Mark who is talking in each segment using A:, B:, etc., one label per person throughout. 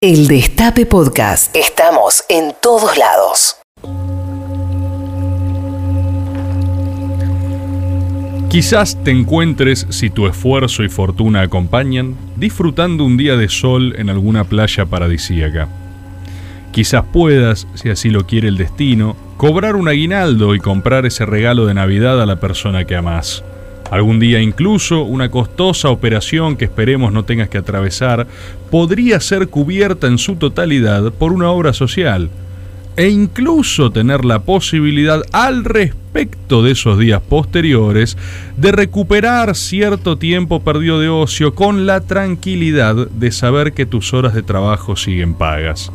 A: El Destape Podcast. Estamos en todos lados.
B: Quizás te encuentres, si tu esfuerzo y fortuna acompañan, disfrutando un día de sol en alguna playa paradisíaca. Quizás puedas, si así lo quiere el destino, cobrar un aguinaldo y comprar ese regalo de Navidad a la persona que amás. Algún día incluso una costosa operación que esperemos no tengas que atravesar podría ser cubierta en su totalidad por una obra social e incluso tener la posibilidad al respecto de esos días posteriores de recuperar cierto tiempo perdido de ocio con la tranquilidad de saber que tus horas de trabajo siguen pagas.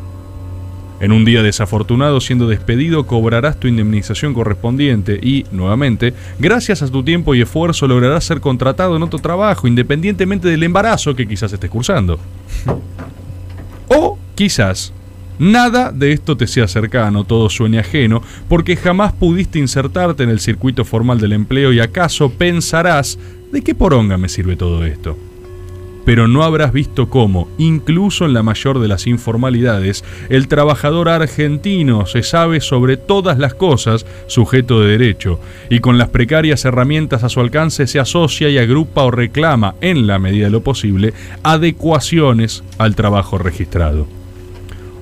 B: En un día desafortunado, siendo despedido, cobrarás tu indemnización correspondiente y, nuevamente, gracias a tu tiempo y esfuerzo lograrás ser contratado en otro trabajo, independientemente del embarazo que quizás estés cursando. O quizás nada de esto te sea cercano, todo suene ajeno, porque jamás pudiste insertarte en el circuito formal del empleo y acaso pensarás, ¿de qué poronga me sirve todo esto? pero no habrás visto cómo, incluso en la mayor de las informalidades, el trabajador argentino se sabe sobre todas las cosas sujeto de derecho, y con las precarias herramientas a su alcance se asocia y agrupa o reclama, en la medida de lo posible, adecuaciones al trabajo registrado.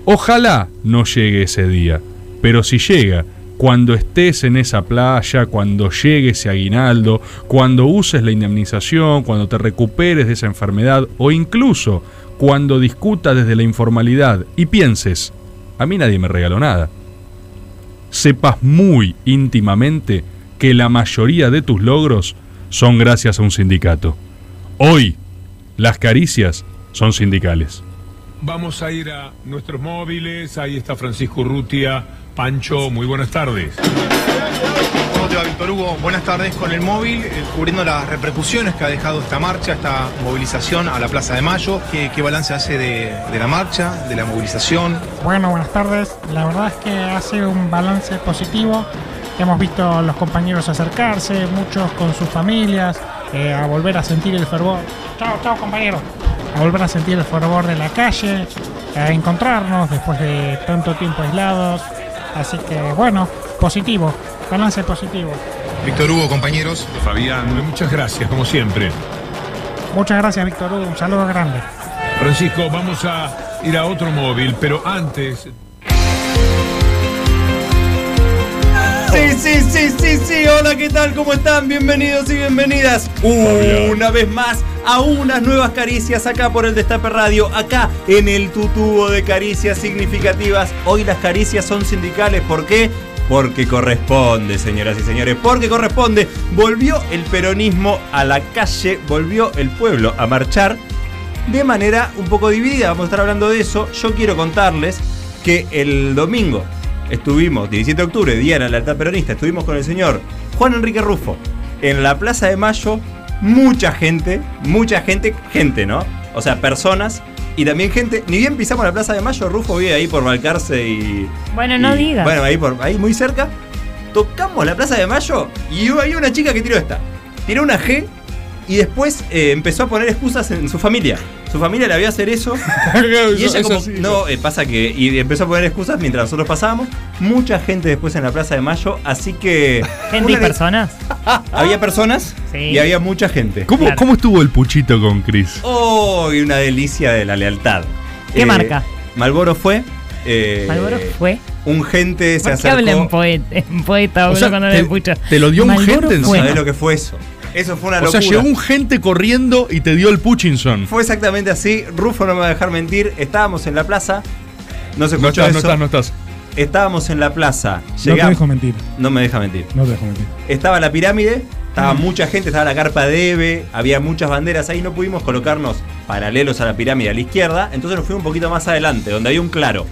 B: Ojalá no llegue ese día, pero si llega, cuando estés en esa playa, cuando llegue ese aguinaldo, cuando uses la indemnización, cuando te recuperes de esa enfermedad o incluso cuando discutas desde la informalidad y pienses, a mí nadie me regaló nada, sepas muy íntimamente que la mayoría de tus logros son gracias a un sindicato. Hoy, las caricias son sindicales.
C: Vamos a ir a nuestros móviles. Ahí está Francisco Urrutia. Pancho, muy buenas tardes.
D: ¿Cómo te va, Víctor Hugo? Buenas tardes con el móvil, eh, cubriendo las repercusiones que ha dejado esta marcha, esta movilización a la Plaza de Mayo. ¿Qué, qué balance hace de, de la marcha, de la movilización?
E: Bueno, buenas tardes. La verdad es que hace un balance positivo. Hemos visto a los compañeros acercarse, muchos con sus familias, eh, a volver a sentir el fervor. Chao, chao, compañero. A volver a sentir el fervor de la calle, a encontrarnos después de tanto tiempo aislados. Así que, bueno, positivo, balance positivo.
D: Víctor Hugo, compañeros.
C: Fabián, muchas gracias, como siempre.
E: Muchas gracias, Víctor Hugo. Un saludo grande.
C: Francisco, vamos a ir a otro móvil, pero antes.
F: Sí, sí, sí, sí, sí. Hola, ¿qué tal? ¿Cómo están? Bienvenidos y bienvenidas una vez más a unas nuevas caricias acá por el Destape Radio, acá en el tutubo de caricias significativas. Hoy las caricias son sindicales, ¿por qué? Porque corresponde, señoras y señores, porque corresponde. Volvió el peronismo a la calle, volvió el pueblo a marchar de manera un poco dividida. Vamos a estar hablando de eso. Yo quiero contarles que el domingo estuvimos, 17 de octubre, Día de la Lealtad Peronista, estuvimos con el señor Juan Enrique Rufo en la Plaza de Mayo. Mucha gente, mucha gente, gente, ¿no? O sea, personas y también gente. Ni bien pisamos la Plaza de Mayo, Rufo vive ahí por Balcarce y.
G: Bueno, no
F: y-
G: digas.
F: Bueno, ahí, por, ahí muy cerca. Tocamos la Plaza de Mayo y hubo ahí una chica que tiró esta. Tiró una G y después eh, empezó a poner excusas en su familia. Su familia la vio hacer eso. Y ella como, no, eh, pasa que y empezó a poner excusas mientras nosotros pasábamos. Mucha gente después en la Plaza de Mayo, así que
G: Gente y
F: una de-
G: personas.
F: había personas
G: Sí.
F: y había mucha gente.
B: ¿Cómo,
G: Claro.
B: cómo estuvo el puchito con Chris?
F: ¡Oh! y una delicia de la lealtad. Eh,
G: ¿Qué marca?
F: Malboro fue. eh,
G: Malboro fue.
F: Un gente se
G: ¿Por qué
F: acercó.
G: habla en poeta, en poeta
B: O
G: boludo,
B: sea,
G: cuando
B: te-
G: le escucho?
B: te lo dio un
G: Malboro
B: gente en
F: no
G: fue.
F: sabés lo que fue eso. Eso fue una
B: O
F: locura.
B: sea, llegó un gente corriendo y te dio el Puchinson.
F: Fue exactamente así. Rufo no me va a dejar mentir. Estábamos en la plaza. No se
B: No
F: escuchó
B: estás, no
F: eso.
B: estás, no estás.
F: Estábamos en la plaza. Llegamos.
H: mentir,
F: no me deja mentir.
H: no te dejo mentir.
F: Estaba la pirámide, estaba mucha gente, estaba la carpa de Eve, había muchas banderas ahí, no pudimos colocarnos paralelos a la pirámide a la izquierda, entonces nos fuimos un poquito más adelante, donde había un claro,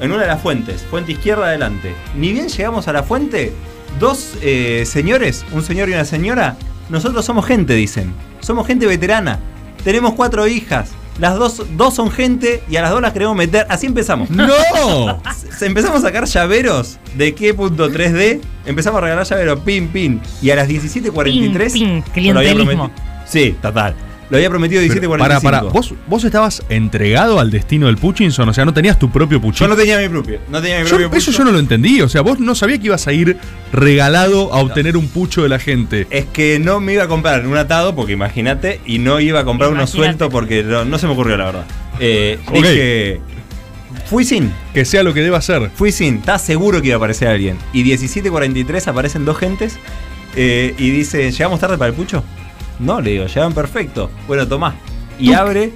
F: en una de las fuentes, fuente izquierda adelante. Ni bien llegamos a la fuente, dos eh, señores, un señor y una señora, nosotros somos gente, dicen, somos gente veterana, tenemos cuatro hijas. Las dos, dos son gente y a las dos las queremos meter. Así empezamos.
B: ¡No!
F: Se- Empezamos a sacar llaveros de qué punto 3D. Empezamos a regalar llaveros, pin, pin. Y a las 17.43.
G: Pin, pin,
F: yo lo había
G: clientelismo.
F: prometido. Sí, total. Lo había prometido 17.45.
B: Para, para, ¿Vos, vos estabas entregado al destino del Puchinson, o sea, no tenías tu propio
F: Yo
B: Puchinson.
F: no tenía mi propia. No tenía mi
B: Yo-
F: propio
B: eso
F: pucho.
B: yo no lo entendí, o sea, vos no sabías que ibas a ir regalado a obtener un pucho de la gente.
F: Es que no me iba a comprar un atado, porque imagínate, y no iba a comprar uno
I: Imagínate.
F: suelto porque no, no se me ocurrió, la verdad. Eh,
B: Ok.
F: Dije. Fui sin,
B: Que sea lo que deba ser.
F: fui sin, estás seguro que iba a aparecer alguien. Y 17.43 aparecen dos gentes eh, y dice: ¿Llegamos tarde para el pucho? No, le digo, llegan perfecto. Bueno, tomá. Y abre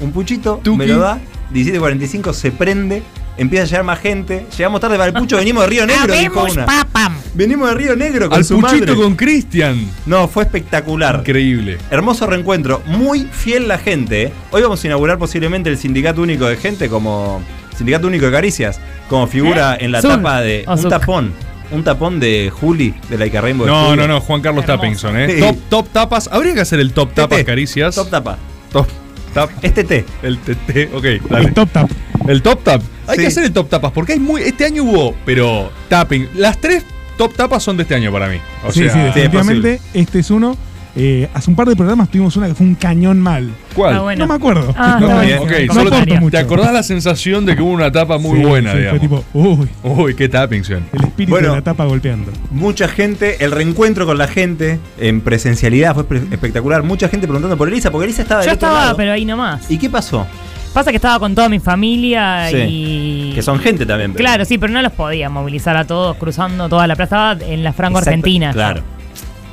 F: un puchito,
B: Tuki.
F: me lo da. 17.45 se prende, empieza a llegar más gente. Llegamos tarde para el pucho, venimos de Río Negro, dijo
I: Habemos
F: una.
I: papam.
F: Venimos de Río Negro con
B: Al
F: su
B: puchito
F: madre.
B: con Cristian.
F: No, fue espectacular.
B: Increíble.
F: Hermoso reencuentro, muy fiel la gente. ¿eh? Hoy vamos a inaugurar posiblemente el Sindicato Único de Gente como Sindicato Único de Caricias, como figura en la
I: Zoom.
F: tapa de
I: O
F: un
I: Zuc.
F: tapón, un tapón de Juli de la Ica Rainbow de
B: No,
F: Juli.
B: no, no, Juan Carlos
I: Hermoso.
B: Tappingson, ¿eh?
F: Sí.
B: Top, top tapas. Habría que hacer el top tapas
F: Tete.
B: caricias.
F: Este Top tapa.
B: Top tap.
F: Este té.
B: El TT, ok,
E: El
B: dale.
E: top tap.
B: El top tap. Hay
F: Sí.
B: que hacer el top tapas porque hay muy. Este año hubo, pero tapping. Las tres top tapas son de este año para mí. O
E: sí,
B: sea,
E: sí,
F: sí, es
E: definitivamente
F: posible.
E: este es uno. Eh, hace un par de programas tuvimos una que fue un cañón mal.
B: ¿cuál?
I: Ah,
E: No
I: bueno.
E: me acuerdo.
I: Ah,
E: no,
I: está
B: Ok,
I: buenísimo.
B: ok,
I: el
B: solo
E: aporto
I: comentario.
E: mucho.
B: te acordás la sensación de que hubo una tapa muy
E: Sí,
B: buena,
E: sí,
B: digamos.
E: Fue tipo, uy,
B: Uy, qué Tappingson.
E: el espíritu
F: Bueno.
E: de la tapa golpeando.
F: Mucha gente, el reencuentro con la gente en presencialidad fue pre- espectacular. Mucha gente preguntando por Elisa, porque Elisa estaba del
I: Yo
F: otro
I: estaba,
F: lado.
I: pero ahí nomás.
F: ¿Y qué pasó?
I: Pasa que estaba con toda mi familia
F: Sí,
I: y.
F: Que son gente también. pero-
I: Claro, sí, pero no los podía movilizar a todos cruzando toda la plaza. Estaba en la Franco
F: Exacto,
I: Argentina.
F: Claro.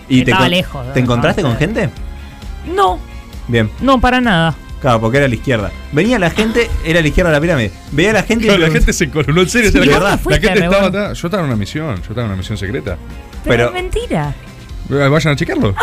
F: ¿Y te,
I: Estaba
F: con-
I: lejos,
F: ¿Te
I: estaba
F: encontraste con
I: cerca.
F: gente?
I: No,
F: Bien.
I: no, para nada.
F: Claro, porque era a la izquierda. Venía la gente, era a la izquierda de la pirámide. Veía a la gente y
B: Claro, la
F: pregun-
B: gente se coronó en serio. o sea,
F: Sí,
B: la,
F: ¿de
B: gente-
F: dónde
B: la
I: fuiste,
B: gente estaba.
I: Rebón?
B: ta- Yo estaba en una misión, yo estaba en una misión secreta.
F: Pero-
I: Pero, es mentira.
B: Eh, Vayan a checarlo.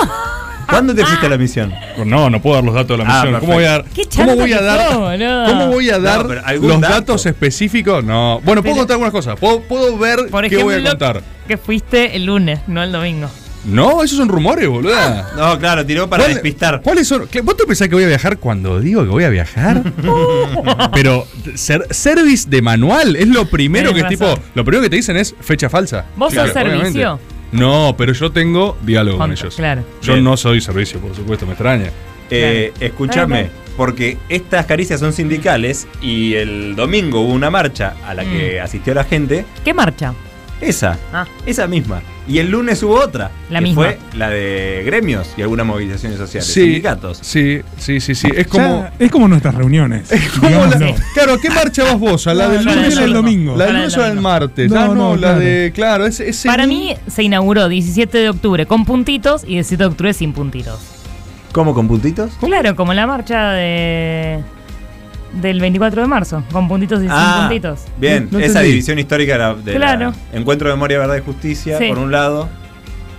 F: ¿Cuándo te hiciste la misión?
B: Pues No, no puedo dar los datos de la
F: Ah,
B: misión.
F: perfecto.
B: ¿Cómo voy a dar?
I: Qué
B: ¿Cómo
I: chanta
B: voy a
I: que
B: dar?
I: sos, boludo.
B: ¿Cómo voy a dar
F: pero algún
B: los
F: dato.
B: datos específicos? No. Bueno, puedo
I: Pero-
B: contar algunas cosas. Puedo, puedo ver
I: Por
B: qué
I: ejemplo,
B: voy a contar.
I: que fuiste el lunes, no el domingo.
B: No, esos son rumores,
I: Ah.
B: boluda.
F: No, claro, tiró para
B: ¿Cuál-
F: despistar.
B: ¿Cuáles son? ¿Qué- ¿Vos te pensás que voy a viajar cuando digo que voy a viajar? Pero ser, service de manual es lo primero
I: Tenés
B: que es
I: razón.
B: tipo, lo primero que te dicen es fecha falsa.
I: ¿Vos sos servicio?
B: obviamente. No, pero yo tengo diálogo con
I: Contra-
B: ellos.
I: claro.
B: Yo
F: Bien.
B: no soy servicio, por supuesto, me extraña.
F: Eh,
I: Claro.
F: escúchame,
I: Claro,
F: porque estas caricias son sindicales y el domingo hubo una marcha a la que asistió la gente.
I: ¿Qué marcha?
F: Esa,
I: Mm. Ah,
F: esa misma. Y el lunes hubo otra.
I: La
F: que
I: misma.
F: Fue la de gremios y algunas movilizaciones sociales. Sindicatos.
B: Sí, sí, sí, sí. Es como.
E: Ya, es como nuestras reuniones.
B: ¿Cómo la-
E: digámoslo.
B: Claro, ¿qué marcha vas vos? ¿A la
E: No,
B: del
E: yo la
B: lunes
E: del
B: o el
E: domingo.
B: La del
I: Yo la
B: lunes
I: del
B: o el
I: domingo.
B: martes.
E: No,
B: ah, no,
E: no,
B: la
E: claro.
B: de. Claro, ese. ese
I: para
B: ni-
I: mí se inauguró 17 de octubre con puntitos y 17 de octubre sin puntitos.
F: ¿Cómo con puntitos?
I: Claro, como la marcha de del 24 de marzo, con puntitos y
F: Ah,
I: sin puntitos.
F: Bien,
E: No- no
F: esa
E: entendí.
F: división histórica de la, de
I: Claro.
F: la Encuentro de Memoria, Verdad y Justicia,
I: Sí.
F: por un lado.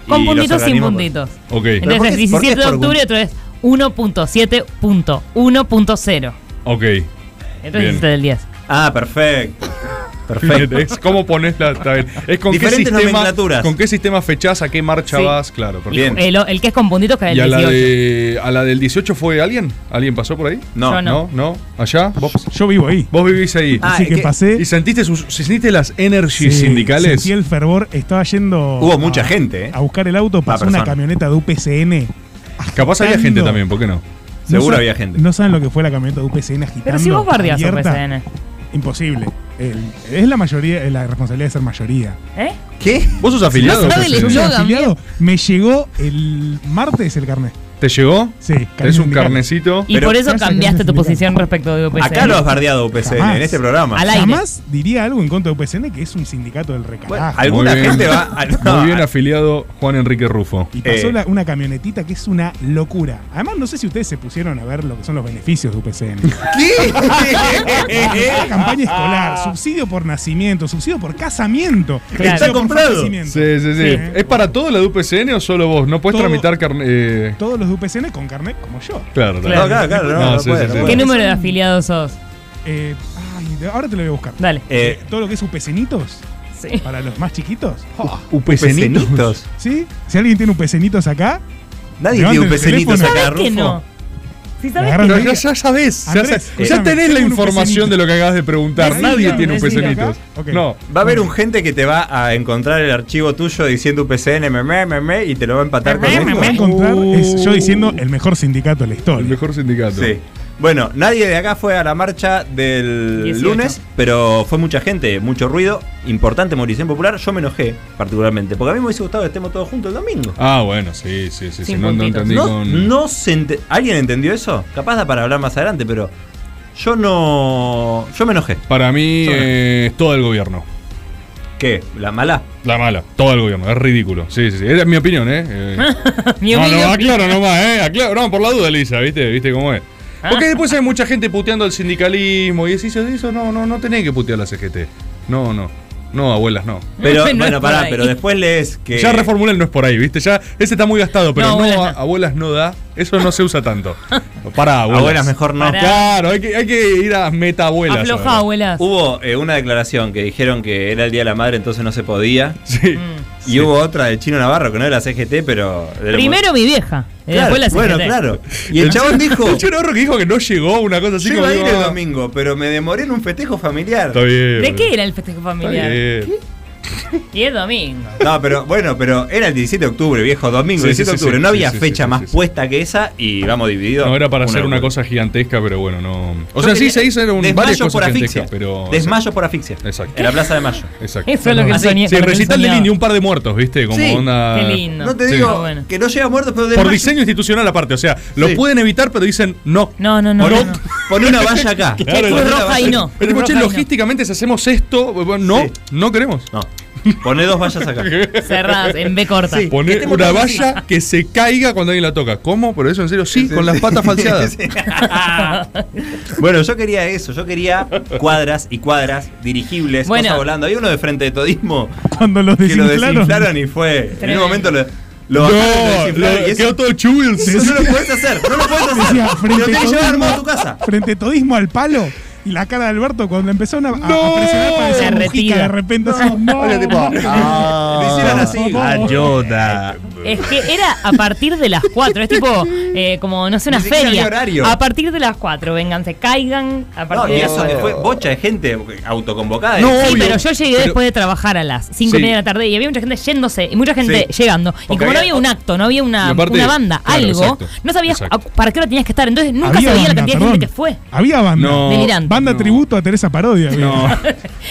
F: y
I: Con
F: los
I: puntitos sin
F: organismos por-
I: puntitos.
B: Ok,
F: ¿por qué-
I: Entonces,
F: por qué
I: 17 de
F: es por
I: octubre, otro es 1.7.1.0.
B: ok.
I: Entonces,
B: Bien.
I: 17 del 10.
F: Ah, perfecto. Perfecto.
B: Es como pones la. está bien. Es con qué,
F: Diferentes
B: sistema,
F: nomenclaturas.
B: con qué sistema fechás, a qué marcha
I: Sí.
B: vas, claro. perfecto.
F: Bien.
I: El, el que es con puntitos que es
B: ¿Y a
I: el
B: la,
I: 18.
B: de, a la del 18 fue alguien? ¿Alguien pasó por ahí?
F: No,
I: Yo
B: No, no.
I: No.
B: ¿Allá? ¿Vos,
E: Yo vivo ahí.
B: vos vivís ahí.
F: Ah,
E: así
F: es
E: que,
F: que-
E: pasé.
B: ¿Y sentiste, sus, sentiste las
E: sí,
B: energies sindicales?
E: Sentí el fervor. Estaba yendo.
F: Hubo
E: a-
F: mucha gente, ¿eh?
E: A buscar el auto. Pasó una
F: persona.
E: camioneta de UPCN.
B: Capaz había gente
E: agitando.
B: también, ¿por qué no?
E: No
F: Seguro
E: sa-
F: había gente.
E: No saben lo que fue la camioneta de UPCN agitando.
I: Pero si vos bardeás a
E: abierta,
I: PCN.
E: Imposible. El- es la mayoría, es la responsabilidad de ser mayoría.
I: ¿Eh?
F: ¿Qué?
B: ¿Vos sos afiliado?
I: No sabe
B: José?
I: el
E: Yo soy
I: eslogan,
E: afiliado, me llegó el martes el carnet.
B: ¿Te llegó?
E: Sí, carnet
B: Es un
E: sindical.
B: carnecito.
I: Y
F: Pero-
I: por eso
E: Gracias, gracias,
I: cambiaste tu
E: sindical.
I: posición respecto de UPC.
F: Acá lo has bardeado UPCN
E: Jamás.
F: en este programa.
I: pues, eh. Al aire.
E: Jamás diría algo en contra de UPCN, que es un sindicato del
F: Bueno,
E: recalajo.
F: alguna
B: Muy bien.
F: gente va a, Eh, no,
B: Muy bien
F: a-
B: afiliado Juan Enrique Rufo.
E: Y pasó
F: Eh.
E: la- una camionetita que es una locura. Además, no sé si ustedes se pusieron a ver lo que son los beneficios de UPCN.
F: ¿Qué?
E: Una Eh, campaña escolar, subsidio por nacimiento, subsidio por casamiento.
I: Está
E: subsidio por
F: comprado.
E: fallecimiento.
B: Sí, sí, sí.
E: Sí.
B: ¿Es para todo la de UPCN o solo vos? ¿No puedes
E: Todo.
B: tramitar carne? eh,
E: Todos los de UPCN con carnet como yo.
B: Claro,
F: No,
B: claro.
F: claro, claro, no,
B: No,
F: no
B: sí,
F: puede,
B: sí,
F: no
B: sí.
F: puede.
I: ¿Qué número de afiliados sos?
E: Eh, ay, de- ahora te lo voy a buscar.
I: Dale.
F: Eh,
E: Todo lo que es UPCenitos,
I: Sí.
E: para los más chiquitos.
F: ¿Upcenitos?
E: ¿Sí? Si alguien tiene UPCenitos acá,
F: Nadie
E: Levanten
F: tiene
E: el
F: upcenitos
E: teléfono.
F: acá,
I: ¿Sabés que
F: Rufo.
I: no? Si sabes
E: agarran
B: Pero
E: Andrés,
B: ya, ya sabes, ya,
E: Andrés,
B: sabes. ya
E: escúchame,
B: tenés la
E: tengo un
B: información
E: pecenito.
B: de lo que acabas de preguntar.
E: Decilo,
B: Nadie tiene un
I: decilo.
B: pecenito.
E: ¿Acá? Ok.
B: No,
F: Va a haber un gente que te va a encontrar el archivo tuyo diciendo UPCN, me, me, me, me, y te lo va a empatar con
I: Me, me,
F: esto.
I: me.
E: a encontrar
F: Uh.
E: es yo diciendo el mejor sindicato de la
B: el
E: historia.
B: mejor sindicato.
F: Sí. Bueno, nadie de acá fue a la marcha del
I: 18.
F: lunes, pero fue mucha gente, mucho ruido, importante movilización popular. Yo me enojé particularmente, porque a mí me hubiese gustado que estemos todos juntos el domingo.
B: Ah, bueno, sí, sí, sí. sí,
I: Sin
B: no, no
I: puntitos.
B: entendí
F: No,
B: con.
F: no se ente- ¿Alguien entendió eso? Capaz da para hablar más adelante, pero yo no. Yo me enojé.
B: Para mí eh, es todo el gobierno.
F: ¿Qué? ¿La mala?
B: La mala, todo el gobierno, es ridículo. Sí, sí, sí. Esa es mi opinión, ¿eh? Eh,
I: Mi
B: no,
I: humilde
B: no,
I: opinión.
B: aclaro nomás, ¿eh? Aclaro, no, por la duda, Lisa, ¿viste? ¿Viste cómo es?
I: Ah.
B: Porque después hay mucha gente puteando al sindicalismo y decís eso, eso no, no, no tenés que putear a la CGT. No, no. No, abuelas, no.
F: Pero,
I: No es
F: bueno,
I: por
F: pará,
I: ahí.
F: pero después lees que.
B: Ya reformula el no es por ahí, ¿viste? Ya ese está muy gastado, pero
I: No,
B: no,
I: abuelas
B: a-
I: no.
B: abuelas no da. Eso no se usa tanto. Para abuelas.
F: Abuelas, mejor no.
I: Pará.
B: Claro, hay que, hay que ir a meta abuelas.
I: Aflojá,
B: ahora.
I: abuelas.
F: Hubo eh, una declaración que dijeron que era el Día de la Madre, entonces no se podía.
B: Sí.
F: Y hubo otra del Chino Navarro, que no era la CGT, pero. de la-
I: Primero mi vieja. y
F: Claro,
I: Eh, después la
F: Bueno,
I: CGT.
F: claro. Y el chabón dijo:
B: El chorro que dijo que no llegó, una cosa así
F: Yo
B: como.
F: iba a ir
B: digo,
F: el
B: ah,
F: domingo, pero me demoré en un festejo familiar.
B: Está bien.
I: ¿De qué era el festejo
B: Está
I: familiar?
B: bien.
I: Y es domingo.
F: No, pero bueno, pero era el 17 de octubre, viejo, domingo,
B: Sí,
F: 17 de
B: sí, sí,
F: octubre.
B: sí,
F: no
B: sí,
F: había
B: sí,
F: fecha
B: sí,
F: más
B: sí, sí.
F: puesta que esa y vamos divididos.
B: No, era para hacer una
F: locura.
B: cosa gigantesca, pero bueno, no. O
F: Yo
B: sea, sí
F: quería-
B: se hizo eran un-
F: desmayo
B: varias cosas
F: por asfixia.
B: gigantescas, pero.
F: Desmayo por asfixia.
B: Exacto.
F: En la Plaza de Mayo.
B: Exacto.
I: Eso es lo que
F: Así,
I: soñé.
B: Sí,
I: lo que
B: recital del
I: soñaba.
B: Indio, un par de muertos, ¿viste? Como
F: Sí.
B: onda.
I: Qué lindo.
F: No te
B: Sí.
F: digo
I: Ah, bueno.
F: que no llega muerto, pero
B: Por
F: desmayo.
B: diseño institucional aparte, o sea, lo
F: Sí.
B: pueden evitar, pero dicen no.
I: No, no, no.
B: Por
I: no,
B: un-
I: no.
F: Poné una valla acá.
I: Che,
B: Claro,
I: Cruz
B: no.
I: Roja y no.
B: Pero,
I: Cruz
B: che,
I: Roja y no.
B: logísticamente, si hacemos esto, bueno, no,
F: Sí.
B: no queremos.
F: No. Poné dos vallas acá.
I: Cerrás, en B corta.
F: Sí. Que
B: Poner
F: estemos
B: una
F: todos
B: valla que se caiga cuando alguien la toca. ¿Cómo? ¿Pero eso en serio? Sí, con las patas falseadas.
F: Sí. bueno, yo quería eso, yo quería cuadras y cuadras, dirigibles,
I: Bueno.
F: cosas volando. Había uno de frente de todismo
E: Cuando los
F: que lo
E: desinflaron.
F: desinflaron y fue. En un
I: Tremendo.
F: momento lo, lo
B: No,
F: bajaron, lo desinflaron
B: lo-
F: y eso-
B: quedó todo chubil.
F: Eso no lo puedes hacer, no lo puedes hacer.
E: Decía,
F: Te lo
E: frente
F: tenés que llevar armado a tu
E: todismo,
F: casa.
E: frente todismo al palo. Y la cara de Alberto cuando empezaron a, a- a presionar
I: Se
E: parecía Mujica
I: retira.
E: de repente. así, no.
B: Ah.
F: Lo hicieron así.
B: Ayuda.
I: Es que era a partir de las 4. Es tipo, eh, como, no sé, una
F: Ni siquiera
I: feria.
F: había horario.
I: A partir de las 4, vénganse, caigan. A
F: No,
I: partir
F: y
I: de las
F: eso que
I: 4.
F: fue bocha de gente autoconvocada.
B: No,
I: Sí,
B: obvio,
I: pero yo llegué
B: pero-
I: después de trabajar a las 5
B: Sí.
I: y media de la tarde y había mucha gente yéndose y mucha gente
F: Sí.
I: llegando. y
F: Porque
I: como no
F: había-
I: había un acto, no había una,
B: Y aparte-
I: una banda,
B: claro,
I: algo,
B: exacto,
I: no sabías
B: exacto.
I: a- para qué hora tenías que estar. Entonces nunca
E: Había
I: sabía la
E: banda,
I: cantidad de
E: perdón.
I: gente que fue.
E: Había banda.
B: No.
I: Delirante.
E: Banda
B: No.
E: tributo a Teresa Parodia. había.
B: No.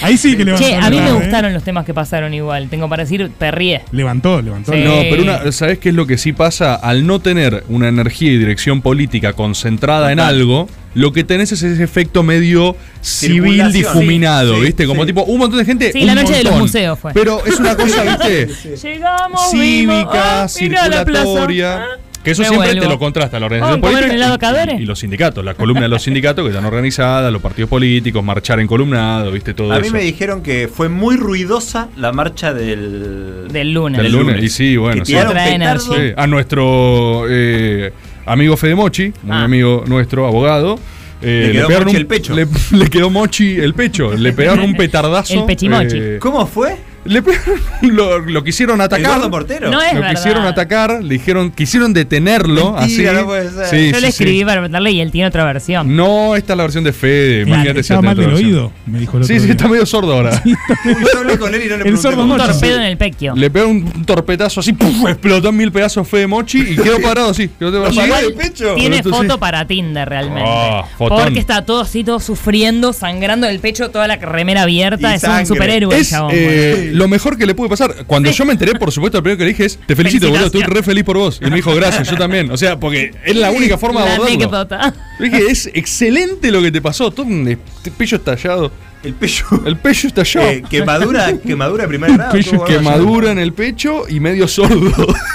E: Ahí sí que levantó.
I: Che, a mí me
E: ¿eh?
I: gustaron los temas que pasaron igual. Tengo para decir, perrié.
E: Levantó, levantó.
I: Sí.
B: No, pero una, ¿sabes qué es lo que sí pasa? Al no tener una energía y dirección política concentrada en algo, lo que tenés es ese efecto medio civil
F: Circulación.
B: difuminado,
F: Sí, sí,
B: ¿viste? Como
F: sí.
B: tipo un montón de gente.
I: Sí, la
B: un
I: noche de los
B: montón.
I: museos fue.
B: Pero es una cosa, ¿viste?
I: Llegamos, vimos,
B: Cívica,
I: ah, mirá la plaza,
B: circulatoria.
I: ah.
B: Que eso
I: Me
B: siempre
I: vuelvo.
B: te lo contrasta la
I: Vamos a
B: organización
I: comer un helado
B: política y-
I: Cadore.
B: y, los sindicatos, la columna de los sindicatos que están organizadas, los partidos políticos, marchar en columnado, viste todo
F: A
B: eso.
F: mí me dijeron que fue muy ruidosa la marcha del.
I: Del lunes.
B: Del lunes, y sí, bueno,
F: Que
B: sí.
F: tiraron
I: Otra
F: petardos.
I: energía.
B: Sí, a nuestro eh, amigo Fede Mochi, un
I: Ah.
B: amigo nuestro, abogado. eh,
F: Le quedó
B: pegaron
F: Mochi
B: un-
F: el pecho.
B: Le, le quedó Mochi el pecho. Le pegaron un petardazo. eh,
I: El pechimochi.
F: ¿Cómo fue?
B: le pegaron- lo, lo quisieron
F: ¿El
B: atacar.
F: gordo portero?
I: No es
B: lo
I: verdad.
B: quisieron atacar, le dijeron, quisieron detenerlo.
F: Mentira,
B: así.
F: no puede ser.
B: Sí,
I: Yo
B: sí,
I: le
B: sí.
I: escribí para preguntarle y él tiene otra versión.
B: No, esta es la versión de Fede. Imagínate si esta
E: Estaba
B: es
E: mal
B: la
E: del
B: versión.
E: oído, me dijo el otro
B: Sí, sí,
E: día.
B: está medio sordo ahora.
F: Yo hablé con él y no le
E: El
F: pregunté
E: sordo
F: cómo-
I: Un
E: Mochi.
I: torpedo en el pequio.
B: Le pegó un torpetazo así, ¡puf! explotó en mil pedazos Fede Mochi y quedó parado así. quedó parado.
F: Igual-
I: Igual
F: pecho.
I: Tiene
B: Pero tú
I: foto
B: sí.
I: para Tinder realmente.
B: Ah, fotón.
I: porque está todo así, todo sufriendo, sangrando el pecho, toda la remera abierta.
F: Y
I: es
F: sangre.
I: un superhéroe el
B: Es
I: chabón.
B: eh, lo mejor que le pude pasar. Cuando yo me enteré, por supuesto, lo primero que le dije es: Te felicito, boludo, estoy re feliz por vos. Y él me dijo, gracias, yo también. O sea, porque es la única forma de
I: La
B: abordarlo.
I: anécdota.
B: Le dije, es excelente lo que te pasó. Todo un este pello estallado.
F: El pecho.
B: El pello estallado.
F: Eh, quemadura, quemadura de primer grado.
B: pello
F: ¿cómo va a ser?
B: quemadura en el pecho y medio sordo.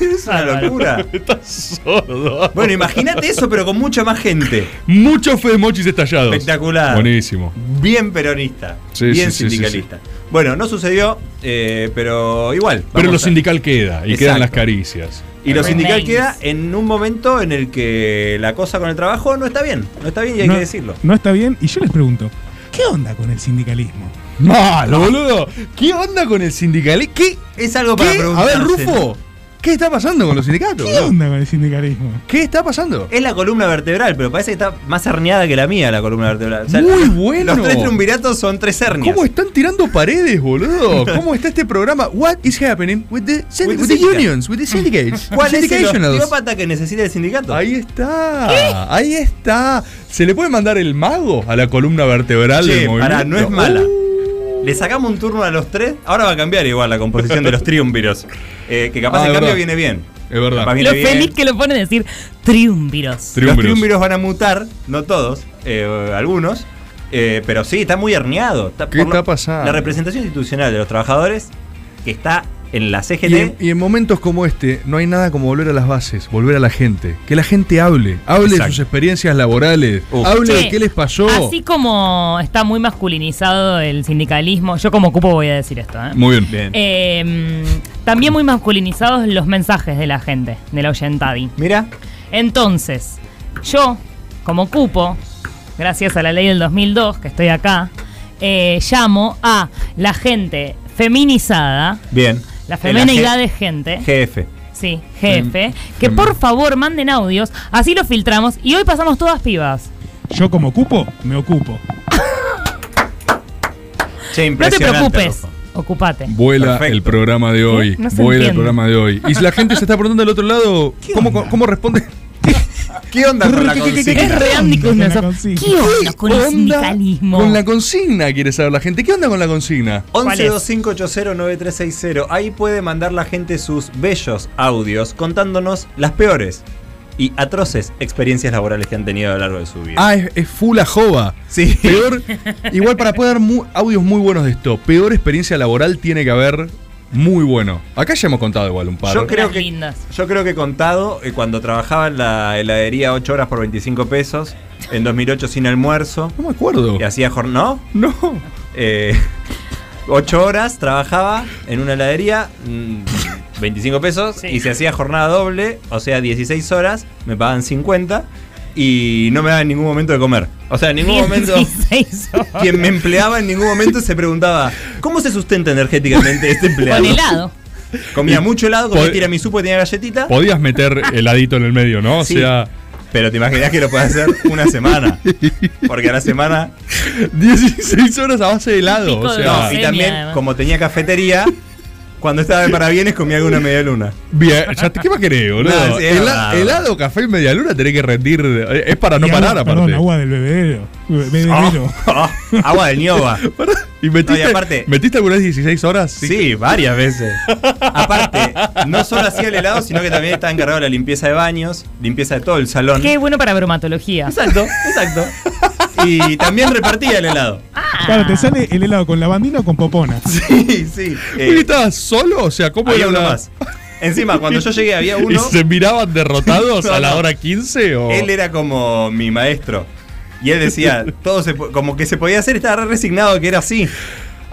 F: Es una locura.
B: Está sordo.
F: Bueno, imagínate eso, pero con mucha más gente.
B: Mucho Fede Mochis estallados.
F: Espectacular.
B: Buenísimo.
F: Bien peronista.
B: Sí,
F: bien
B: sí, sí,
F: sindicalista. Bueno, no sucedió, eh, pero igual.
B: Pero
F: vamos
B: lo
F: a-
B: sindical queda y
F: Exacto.
B: quedan las caricias.
F: Y lo sindical
I: Remains.
F: queda en un momento en el que la cosa con el trabajo no está bien. No está bien y hay
E: no,
F: que decirlo.
E: No está bien. Y yo les pregunto, ¿qué onda con el sindicalismo?
B: Malo, boludo. ¿Qué onda con el sindicalismo? ¿Qué
F: Es algo
B: ¿Qué? A ver, Rufo, ¿Qué está pasando con los sindicatos?
E: ¿Qué
B: boludo?
E: onda con el sindicalismo?
B: ¿Qué está pasando?
F: Es la columna vertebral, pero parece que está más herniada que la mía la columna vertebral. O sea,
B: Muy bueno.
F: Los tres triunviratos son tres hernias.
B: ¿Cómo están tirando paredes, boludo? ¿Cómo está este programa? What is happening with the, syndi- with
F: With the
B: the
F: syndicate.
B: unions, with the syndicates?
F: ¿Cuál es el
B: Syndicationals.
F: osteópata que necesita el sindicato?
B: Ahí está, ahí está. ¿Se le puede mandar el mago a la columna vertebral
F: Che,
B: del movimiento? Uh,
F: pará, no es mala. Le sacamos un turno a los tres. Ahora va a cambiar igual la composición de los triunviros. Eh, que capaz
B: Ah,
F: el
B: es
F: cambio
B: verdad.
F: viene bien.
B: Es verdad.
F: Capaz viene
I: Lo
F: bien.
I: feliz que lo pone decir triunviros.
F: Los
B: Triunviros.
F: triunviros van a mutar, no todos, eh, algunos. eh, pero sí, está muy herniado.
B: ¿Qué
F: por lo-
B: está pasando?
F: La representación institucional de los trabajadores que está en la
B: Y en,
F: CGT.
B: y en momentos como este, no hay nada como volver a las bases, volver a la gente. Que la gente hable, hable de
F: Exacto.
B: sus experiencias laborales,
F: Uf.
B: hable de
I: Che,
B: qué les pasó.
I: Así como está muy masculinizado el sindicalismo, yo como cupo voy a decir esto. ¿eh?
B: Muy bien.
I: Eh, mm, también muy masculinizados los mensajes de la gente, de la oyentadi.
F: Mira,
I: Entonces, yo, como cupo, gracias a la ley del 2002, que estoy acá, eh, llamo a la gente feminizada,
F: bien.
I: la
F: En G-
I: femenidad de gente,
F: GF.
I: sí, jefe, que
B: fem-
I: por favor manden audios, así los filtramos y hoy pasamos todas pibas.
E: Yo como ocupo, me ocupo.
F: Che,
I: No te
F: impresionante.
I: preocupes,
F: loco.
I: ocupate.
B: Vuela
F: Perfecto.
B: el programa de hoy.
I: No se
B: Vuela el
I: entiende.
B: programa de hoy. Y si la gente se está preguntando del otro lado, ¿cómo, cómo responde?
F: ¿Qué onda con la
B: ¿Qué, qué, qué, qué,
F: consigna?
I: Es re Andy
E: Con la
I: Kuznetsov.
E: consigna.
I: ¿Qué onda con el
B: onda
I: sindicalismo?
B: Con la consigna, quiere saber la gente. ¿Qué onda con la consigna?
I: ¿Cuál
F: 1125809360. Ahí puede mandar la gente sus bellos audios contándonos las peores y atroces experiencias laborales que han tenido a lo largo de su vida.
B: Ah, es, es full a jova.
F: Sí.
B: Peor, igual para poder dar mu- audios muy buenos de esto, peor experiencia laboral tiene que haber muy bueno. Acá ya hemos contado igual un par.
F: Yo creo
I: Unas
F: que
I: lindas.
F: yo creo que he contado eh, cuando trabajaba en la heladería 8 horas por 25 pesos en 2008 sin almuerzo
B: No me acuerdo.
F: y hacía jornada,
B: No.
F: Eh, ocho horas trabajaba en una heladería, mm, 25 pesos,
I: Sí.
F: y se hacía jornada doble, o sea, 16 horas, me pagaban 50 y no me daban en ningún momento de comer. O sea, en ningún momento...
I: 16 horas.
F: Quien me empleaba en ningún momento se preguntaba, ¿cómo se sustenta energéticamente este empleado?
I: Con helado.
F: Comía mucho helado, comía
B: Pod-
F: tiramisú porque tenía galletita,
B: Podías meter heladito en el medio, ¿no? O
F: Sí.
B: sea,
F: pero te imaginas que lo puede hacer una semana. Porque a la semana
B: 16 horas a base de helado.
I: Pico
B: O
I: de
B: sea,
F: No, y
I: Genia,
F: también,
I: además.
F: como tenía cafetería, cuando estaba de parabienes comía alguna media luna.
B: bien, ya te- ¿qué más querés, boludo?
F: No, sí, es
B: Hela-
F: verdad.
B: helado, café y media luna tenés que rendir. eh, Es para no
E: Y
B: parar,
E: agua,
B: aparte.
E: Perdón, agua del bebedero. Bebedero.
F: Ah, agua del ñoba.
B: Pará. ¿Y metiste,
F: No, y aparte-
B: metiste alguna vez 16 horas?
F: Sí, varias veces. Aparte, no solo hacía el helado, sino que también estaba encargado de la limpieza de baños, limpieza de todo el salón.
I: Qué bueno para bromatología.
F: Exacto, exacto. Y también repartía el helado.
E: Claro,
I: Ah.
E: te sale el helado con lavandina o con popona.
F: Sí, sí.
B: Uy,
F: Eh,
B: ¿Estabas solo? O sea, ¿cómo
F: había
B: era
F: uno
B: la-
F: más. Encima, cuando yo llegué había
B: ¿Y
F: uno.
B: se miraban derrotados
F: No,
B: a la
F: no.
B: hora 15? O...
F: Él era como mi maestro. Y él decía, todo se po- como que se podía hacer, estaba re resignado a que era así.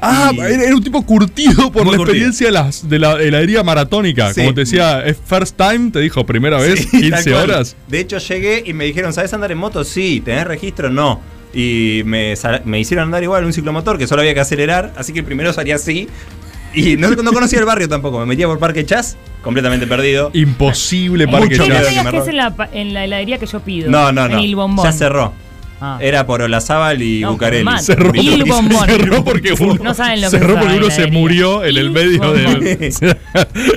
B: Ah,
F: Y-
B: era era un tipo curtido por
F: Muy
B: la
F: curtido.
B: experiencia de, las- de la heladería maratónica.
F: Sí.
B: Como te decía, es first time, te dijo primera vez,
F: Sí, tal
B: 15
F: cual.
B: horas.
F: De hecho, llegué y me dijeron, ¿sabes andar en moto? Sí, ¿tenés registro? No. Y me, sal- me hicieron andar igual en un ciclomotor que solo había que acelerar, así que primero salía así. Y no, no conocía el barrio tampoco, me metía por Parque Chas, completamente perdido.
B: Imposible para que
F: Mucho
I: Che, no
F: miedo.
B: ya.
I: digas
F: me
I: que es
F: robe.
I: en la, pa- en la heladería que yo pido.
F: No, no,
I: En Il
F: no.
I: Bombón.
F: Ya cerró. Eh,
I: Ah.
F: Era por Olazábal y
I: No,
F: Bucareli.
I: mal.
B: Cerró,
I: Y el bombón.
B: cerró porque uno,
I: No saben lo que
B: cerró
I: es
B: porque
I: la
B: uno se
I: heladería.
B: murió en el
I: Y
B: medio
I: bombón.
B: de.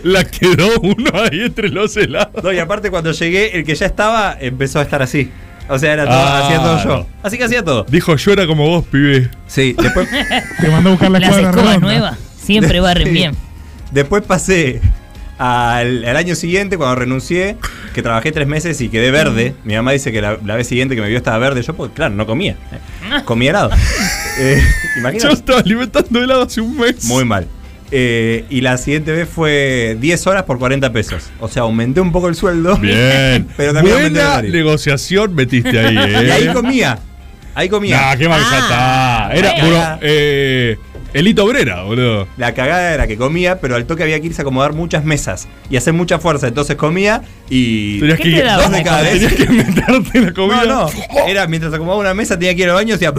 B: la quedó uno ahí entre los helados.
F: No, y aparte cuando llegué, el que ya estaba empezó a estar así. O sea, era todo,
B: Ah,
F: hacía todo
B: no.
F: yo. Así que hacía todo.
B: Dijo, yo era como vos, pibe.
F: Sí, después,
E: Te mandó a buscar la
I: Las
E: cuadra
I: escobas
E: redonda.
I: nuevas siempre barren bien.
F: después pasé al, al año siguiente cuando renuncié, que trabajé tres meses y quedé verde.
B: Mm.
F: Mi mamá dice que la, la vez siguiente que me vio estaba verde. Yo, pues, claro, no comía. eh. Comía helado. Eh,
B: Yo
F: imagínate.
B: estaba alimentando helado hace un mes.
F: Muy mal. Eh, y la siguiente vez fue 10 horas por 40 pesos. O sea, aumenté un poco el sueldo.
B: Bien.
F: Pero también aumenté el
B: Buena
F: horario.
B: negociación metiste ahí,
F: Y ahí
B: ¿eh?
F: comía. Ahí comía.
B: Nah, qué mal ya
I: Ah,
B: está. Era,
F: bueno.
B: bro, eh, Elito Obrera, boludo.
F: La cagada era que comía, pero al toque había que irse a acomodar muchas mesas y hacer mucha fuerza. Entonces comía y.
B: Tenías
I: ¿Qué
B: que,
I: te daba?
B: dos de cada vez. Tenías que meterte la comida.
F: No, no. Era mientras acomodaba una mesa, tenía que ir al baño hacía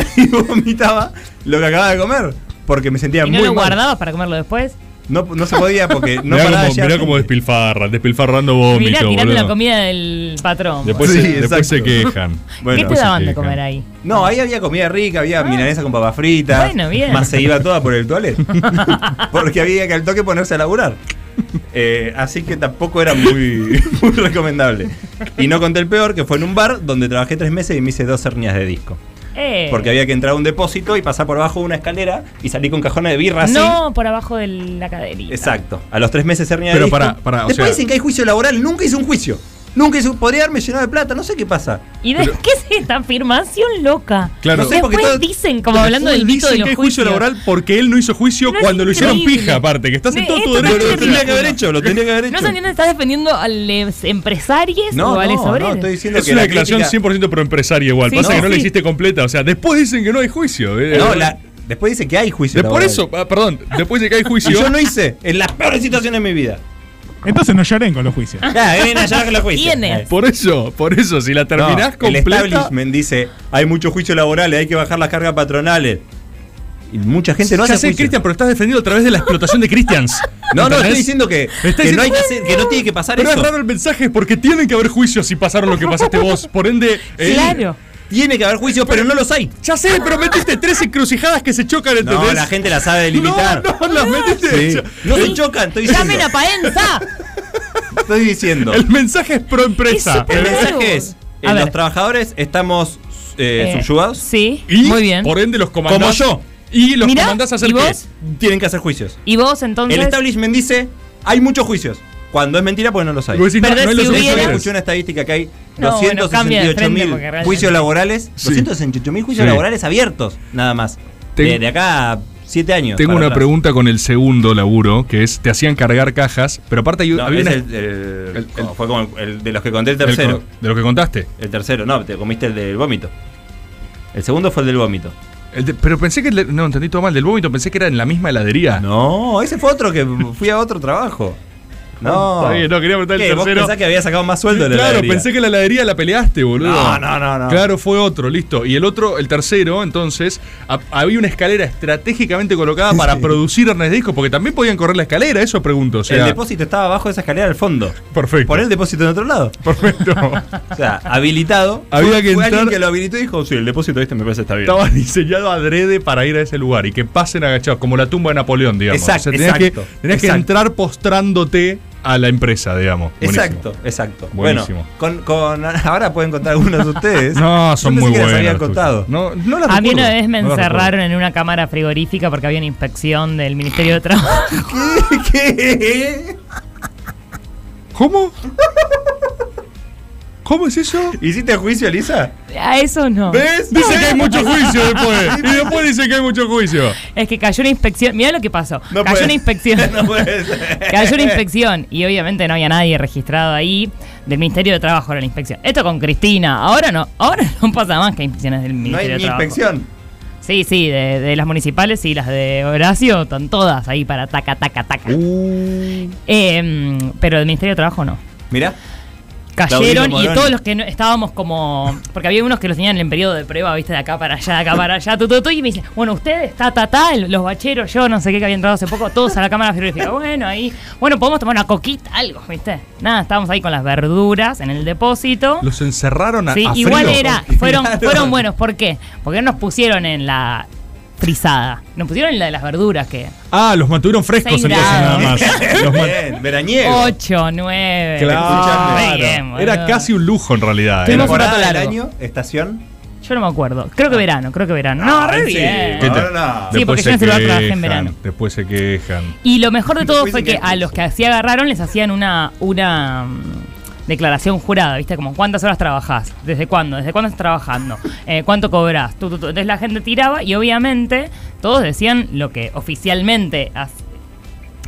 F: y vomitaba lo que acababa de comer. Porque me sentía
I: ¿Y no
F: muy
I: lo
F: mal.
I: guardabas para comerlo después?
F: No, no se podía porque no
B: mirá
F: paraba
B: como,
F: ya.
B: mirá como despilfarran, despilfarrando
I: Mirá,
B: vómito,
I: tirando la
B: boludo.
I: comida del patrón.
B: Después,
F: Sí,
B: se, después se
F: exacto.
B: quejan.
F: Bueno,
I: ¿Qué te
F: después
I: daban
B: se
I: de
B: quejan.
I: comer ahí?
F: No, ahí había comida rica, había milanesa con papas fritas.
I: Ah. Bueno, bien.
F: Más se iba toda por el toilet. porque había que al toque ponerse a laburar. Eh, así que tampoco era muy, muy recomendable. Y no conté el peor, que fue en un bar donde trabajé tres meses y me hice dos hernias de disco.
I: Eh,
F: Porque había que entrar a un depósito y pasar por abajo de una escalera y salir con cajones de birra así.
I: No, por abajo de la caderita.
F: Exacto. A los tres meses hernia
B: Pero
F: de disco.
B: pará, pará, o
F: Después
B: sea-
F: dicen que hay juicio laboral. Nunca hice un juicio. Nunca hice un... Podría haberme llenado de plata. No sé qué pasa.
I: ¿Y de qué es esta afirmación loca?
B: Claro.
F: No sé, porque
I: Después
F: todo-
I: dicen, como hablando del mito
B: Dicen
I: de los
B: que hay juicio
I: juicios.
B: laboral porque él no hizo juicio
I: No es
B: cuando lo hicieron
I: increíble.
B: pija, aparte, que estás en
I: Me-
B: todo tu
I: esto no
B: derecho.
I: es
B: de
F: Lo
B: hacer-
F: tenía que haber hecho. Lo tenía que haber hecho.
I: No se entiende, estás defendiendo a los empresarios
F: No,
I: o a los
F: no, no,
I: obreros.
F: estoy diciendo
B: Es
F: que
B: una
F: la
B: declaración
F: crítica-
B: 100% pro empresaria igual.
I: Sí,
B: Pasa
I: no,
B: que no la
I: sí.
B: hiciste completa. O sea, después dicen que no hay juicio. eh.
F: No, la- después dice que hay juicio
B: De- por
F: laboral.
B: eso, ah, perdón, después de que hay
F: Y
B: juicio.
F: yo no hice. En las peores situaciones de mi vida.
E: Entonces no lloren con los juicios.
F: Ya, ven allá que los juicios. Eh,
I: ¿Quién es?
B: Por eso, por eso, si la
F: No,
B: terminás
F: el
B: completa.
F: establishment dice, hay mucho juicio laboral, hay que bajar las cargas patronales. Y mucha gente no
B: ya
F: hace
B: sé,
F: juicio.
B: Cristian, pero estás defendiendo a través de la explotación de Christians.
F: No, no,
B: ¿Entendés?
F: estoy diciendo que,
B: Está
F: que
B: diciendo-
F: no hay que hacer- que no tiene que pasar
B: Pero
F: eso.
B: es raro el mensaje porque tienen que haber juicios si pasaron lo que pasaste vos. Por ende. eh,
I: Claro.
F: Tiene que haber juicios, pero no los hay.
B: Ya sé, pero metiste tres encrucijadas que se chocan, ¿entendés?
F: No, la gente la sabe delimitar.
B: No, no, las metiste.
F: Sí. No se chocan, estoy diciendo.
I: ¡Llamen a Paenza!
F: Estoy diciendo.
B: El mensaje es pro
I: Es
B: empresa.
I: súper-
F: El
I: Pero-
F: mensaje es, eh,
I: A ver.
F: los trabajadores estamos eh,
I: Eh,
F: subyugados.
I: Sí,
B: Y
I: muy bien.
B: por ende los comandás.
F: Como yo.
B: Y los
I: Mirá,
B: comandás a hacer
I: ¿y
B: qué?
I: vos?
F: Tienen que hacer juicios.
I: Y vos entonces...
F: El establishment dice, hay muchos juicios. Cuando es mentira, pues no los hay.
B: Y vos decís, no,
I: Pero
B: no hay
I: si
B: los
F: Yo
I: hubiera-
B: suficientes.
F: escuché una estadística que hay
I: No, bueno, cambia de
F: 268
I: frente
F: mil
I: porque realmente-
F: juicios laborales,
B: Sí.
F: 268 mil juicios
B: Sí.
F: laborales abiertos, nada más.
B: Ten-
F: de, de acá a 7 años.
B: Tengo
F: para
B: una
F: atrás.
B: pregunta con el segundo laburo, que es, te hacían cargar cajas, pero aparte hay-
F: No,
B: había
F: es
B: una-
F: el, el-
B: el-
F: como- fue como el, el de los que conté el tercero.
B: del- de lo que contaste.
F: El tercero, no, te comiste el del vómito. El segundo fue el del vómito.
B: El de- pero pensé que, le- no, entendí todo mal, del vómito pensé que era en la misma heladería.
F: No, ese fue otro que fui a otro trabajo. No.
B: Está bien, no, quería preguntar el
F: ¿Qué,
B: tercero.
F: Vos pensás que había sacado más sueldo de la
B: Claro,
F: heladería?
B: pensé que la heladería la peleaste, boludo.
F: No, no, no, no.
B: Claro, fue otro, listo. Y el otro, el tercero, entonces, a- había una escalera estratégicamente colocada para producir hernias de discos, porque también podían correr la escalera, eso pregunto. O sea,
F: El depósito estaba abajo de esa escalera al fondo.
B: Perfecto.
F: Poné el depósito en otro lado.
B: Perfecto.
F: O sea, habilitado.
B: Había
F: Fue-
B: que
F: fue
B: entrar-
F: alguien que lo habilitó y dijo, sí, el depósito este me parece está bien.
B: Estaba diseñado adrede para ir a ese lugar y que pasen agachados, como la tumba de Napoleón, digamos.
F: Exacto,
B: O sea, tenías
F: exacto,
B: que, tenías que
F: exacto.
B: entrar postrándote a la empresa, digamos. Buenísimo.
F: Exacto, exacto.
B: Buenísimo.
F: Bueno, con, con- ahora pueden contar algunos de ustedes.
B: No,
F: Yo
B: son
F: pensé
B: muy
F: que
B: buenos.
F: Las habían
B: los
F: contado.
B: tuyos. No, no las
I: A mí
B: recuerdo,
I: una vez me
B: no las
I: encerraron en una cámara frigorífica porque había una inspección del Ministerio de Trabajo.
F: ¿Qué?
B: recuerdo. ¿Cómo? ¿Cómo es eso?
F: ¿Hiciste juicio, Elisa?
I: A eso no.
F: ¿Ves?
B: Dice que hay mucho juicio después. Y después dice que hay mucho juicio.
I: Es que cayó una inspección. Mirá lo que pasó.
F: No
I: cayó
F: puede-
I: una inspección.
F: no puede ser.
I: Cayó una inspección y obviamente no había nadie registrado ahí del Ministerio de Trabajo era la inspección. Esto con Cristina, ahora no, ahora no pasa más que inspecciones del
F: No hay
I: Ministerio
F: ni
I: de Trabajo.
F: inspección.
I: Sí, sí, de, de las municipales y las de Horacio están todas ahí para taca, taca, taca.
F: Uh.
B: Uh.
I: Eh, pero del Ministerio de Trabajo no.
F: Mirá.
I: Cayeron y
F: Moroni.
I: todos los que no- estábamos como. Porque había unos que los tenían en periodo de prueba, viste, de acá para allá, de acá para allá, tu, tu, tu, y me dicen, bueno, ustedes, ta, ta, ta, el- los bacheros, yo, no sé qué, que había entrado hace poco, todos a la cámara frigorífica. Bueno, ahí. Bueno, podemos tomar una coquita, algo, viste. Nada, estábamos ahí con las verduras en el depósito.
B: Los encerraron a,
I: Sí,
B: a
I: igual
B: frío.
I: era. Fueron, fueron buenos, ¿por qué? Porque no nos pusieron en la frisada, nos pusieron en la de las verduras, que.
B: Ah, los mantuvieron frescos
I: Seis
B: entonces nada
I: grados.
B: más. Los man-
F: Bien, veraniego.
I: 8, 9.
B: Claro. Era casi un lujo en realidad. ¿eh?
I: Tuvimos
B: Era-
I: un rato
F: Temporada del
I: largo.
F: año, estación.
I: Yo no me acuerdo. Creo que verano, creo que verano. No, re
F: sí.
I: bien.
B: ¿Qué tal?
F: Ahora no.
I: Sí, porque yo en ese lugar trabajé en verano.
B: Después se quejan.
I: Y lo mejor de todo
F: Después
I: fue que
F: dicen que
I: a los que así agarraron les hacían una, una mm, declaración jurada, ¿viste? Como cuántas horas trabajás, desde cuándo, desde cuándo estás trabajando, Eh, cuánto cobras. Entonces la gente tiraba y obviamente todos decían lo que oficialmente as-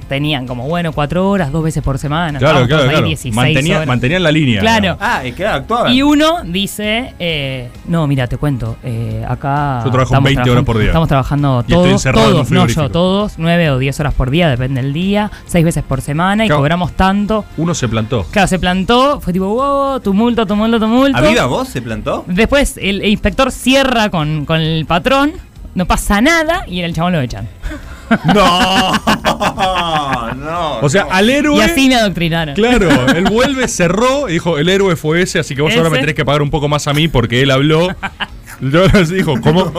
I: tenían, como bueno, cuatro horas, dos veces por semana.
B: Claro,
I: Estábamos
B: claro,
I: todos ahí
B: claro.
I: 16
B: Mantenía-
I: horas.
B: Mantenían la línea.
I: Claro.
B: digamos.
F: Ah, y claro, actuaban.
I: Y uno dice, eh, no, mira, te cuento, eh, acá...
B: Yo trabajo 20
I: trabajando-
B: horas por día.
I: Estamos trabajando
B: Y estoy
I: todos,
B: encerrado en un
I: todos, no
B: frigorífico.
I: yo, todos, 9 o 10 horas por día, depende del día, 6 veces por semana y
B: Claro.
I: cobramos tanto.
B: Uno se plantó.
I: Claro, se plantó, fue tipo, wow, tumulto, tumulto, tumulto.
F: ¿A viva voz se plantó?
I: Después el inspector cierra con, con el patrón, no pasa nada y el chabón lo echan.
F: ¡No! No, no.
B: O sea, al héroe.
I: Y así me adoctrinaron.
B: Claro, él vuelve, cerró y dijo: el héroe fue ese, así que vos ahora me
I: Ese.
B: tenés que pagar un poco más a mí porque él habló. Yo les dijo, ¿cómo?